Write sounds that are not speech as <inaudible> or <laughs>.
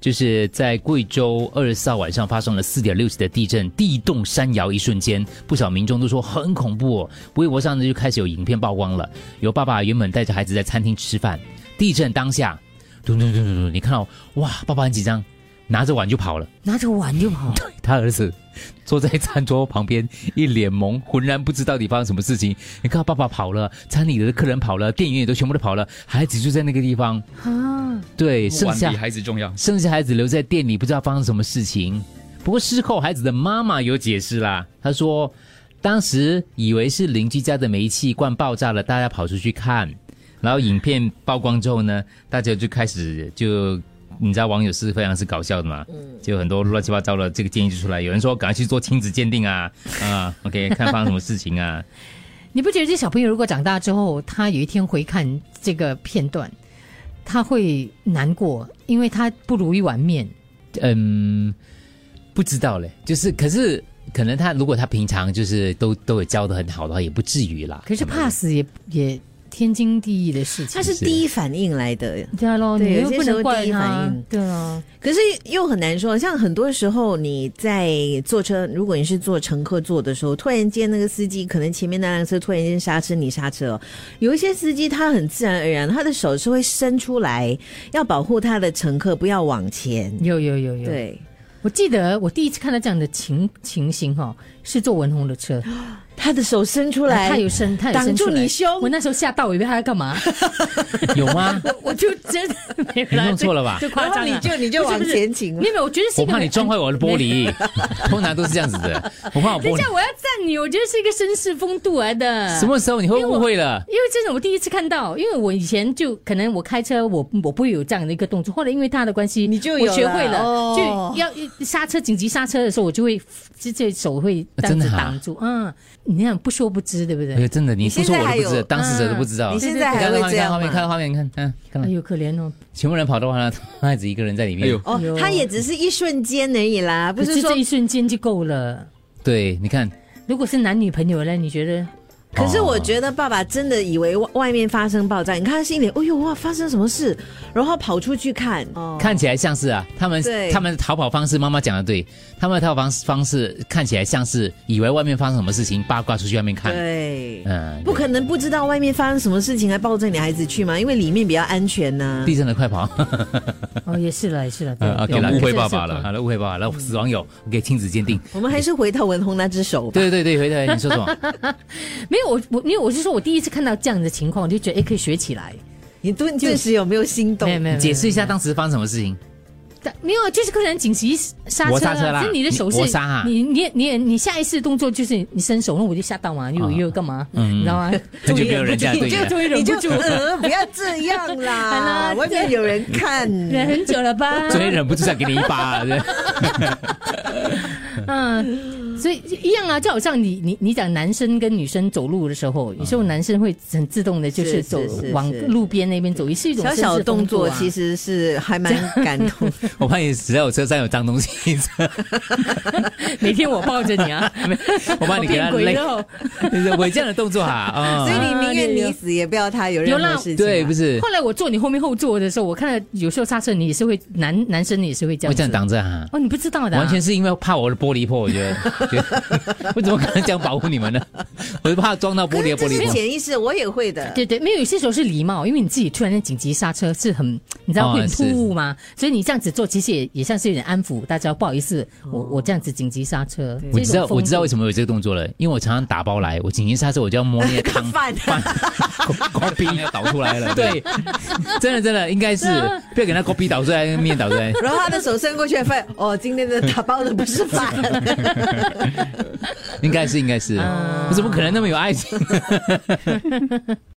就是在贵州二十四号晚上发生了四点六级的地震，地动山摇，一瞬间，不少民众都说很恐怖、哦。微博上呢就开始有影片曝光了，有爸爸原本带着孩子在餐厅吃饭，地震当下，咚咚咚咚咚，你看到哇，爸爸很紧张，拿着碗就跑了。拿着碗就跑，他儿子坐在餐桌旁边，一脸懵，浑然不知到底发生什么事情。你看，爸爸跑了，餐里的客人跑了，店员也都全部都跑了，孩子就在那个地方。啊，对，剩碗下比孩子重要。剩下孩子留在店里，不知道发生什么事情。不过事后，孩子的妈妈有解释啦，她说，当时以为是邻居家的煤气罐爆炸了，大家跑出去看，然后影片曝光之后呢，大家就开始就。你知道网友是非常是搞笑的嘛，就很多乱七八糟的这个建议就出来，有人说赶快去做亲子鉴定啊啊，OK，看发生什么事情啊， <laughs> 你不觉得这小朋友如果长大之后，他有一天回看这个片段，他会难过，因为他不如一碗面。嗯，不知道嘞，就是可是可能他如果他平常就是都都有教的很好的话，也不至于啦。可是怕死也也天经地义的事情他。是第一反应来的，对喽，对你有又些不时能候怪第一反他应。对啊，可是又很难说。像很多时候你在坐车，如果你是坐乘客座的时候，突然间那个司机可能前面那辆车突然间刹车，你刹车、哦，有一些司机他很自然而然，他的手是会伸出来，要保护他的乘客不要往前。有有有有。对，我记得我第一次看到这样的情情形哈、哦，是坐文宏的车，他的手伸出来，他有伸，他有挡伸住出来你胸我那时候吓到，我以为他要干嘛， <laughs> 有吗？ <laughs> 我就真的没有你 <laughs> 啦弄错了吧这这夸然后张你了。就你就不是往不是前倾没。有没有，我觉得是我一个怕很你撞坏我的玻。璃， <laughs> 通常都是这样子的。我怕我等玻一下，璃，我要赞你，我觉得是一个绅士风度来的。哦什么时候你会误会了？因为这种我第一次看到，因为我以前就可能我开车我我不会有这样的一个动作，后来因为他的关系，你就有我学会了，了哦就要呃刹车紧急刹车的时候，我就会这这手会啊这真样的子啊挡住，嗯，你看不说不知，对不哎对呀，？真的，你不说我都不你现在还知道，有嗯当事者都不知道你。现在还看会画面，这看样画面，看吗？画面，看，嗯，看哎了，呦可怜哦，全部人跑的话呢，他只一个人在里哎面呦。哦有，他也只是一瞬间而已啦，不可是是说这一瞬间就够了。对，你看，如果是男女朋友呢？你觉 <laughs> 得可是我觉得爸爸真的以为外外面发生爆炸，你看他心里，哎呦哇，发生什么事？然后跑出去看，哦，看起来像是啊，他们对他们的逃跑方式，妈妈讲的对，他们的逃跑方式方式看起来像是以为外面发生什么事情，八卦出去外面看，对，嗯，不可能不知道外面发生什么事情还抱着你孩子去吗？因为里面比较安全呢、地震了，快 <laughs> 跑！ <laughs> 哦，也是了，也是了，对啊，对给了，对误会这爸是爸了，对 <laughs> 好了，误会爸爸了，死亡友给亲子鉴定。我们还是回到文红那只手吧。对对对，回头你说什么？没有我我，因为我是说我第一次看到这样的情况，我就觉得哎可以学起来。你顿顿时有没有心动没有？没有，解释一下没有当时发生什么事情？但没有，就是客人紧急刹车我啊，刹车啦就是你的手你是，我刹啊你你你也你下意识动作就是你伸手，那我就吓到嘛，又啊又干嘛，嗯你知道吗？ <laughs> 那就没有人 <laughs> 这样对你你就了。终于忍你不就住，<laughs> 呃，不要这样 <laughs> 好啦啦，外面有人看。忍很久了吧？所以忍不住想给你一巴，对 <laughs> 嗯，所以一样啊，就好像你你你讲男生跟女生走路的时候，嗯有时候男生会很自动的，就是是走是是往是路边那边走，也是一种小小绅的士风动度作啊其实是还蛮感动， <laughs> <laughs> 我怕你只要我车上有脏东西， <laughs> 每天我抱着你啊，我 <laughs> 怕你给他变鬼累了。哦。 <laughs> 我这样的动作哈， <laughs> 啊所以，你宁愿啊你死也不要他有任有啦何事情啊。对，不是后来我坐你后面后座的时候，我看到有时候刹车你也是会男男生你也是会这我样这样子挡着哈。哦，你不知道的啊、完全是因为怕我的玻璃破，我觉得，觉得 <laughs> 我怎么可能这样保护你们呢？ <laughs> 我就怕撞到玻可璃啊是的玻这是璃破。潜意识，我也会的。 <laughs> 对对，没有有些时候是礼貌，因为你自己突然间紧急刹车是很，你知道哦会很突是兀嘛，所以你这样子做其实也也像是有点安抚大家，不好意思，我我这样子紧急刹车，哦我知道，我知道为么什么有这个动作了，因为我常常打包来，我紧急刹车，我就要摸那 <laughs> 个汤饭饭，锅逼要倒出来了。对， <laughs> 真的真的应该是啊不要给那锅逼倒出来，面倒出来。然后他的手伸过去，发现哦，今天的打包的不是饭， <laughs> 应该是，应该是，我怎么可能那么有爱情？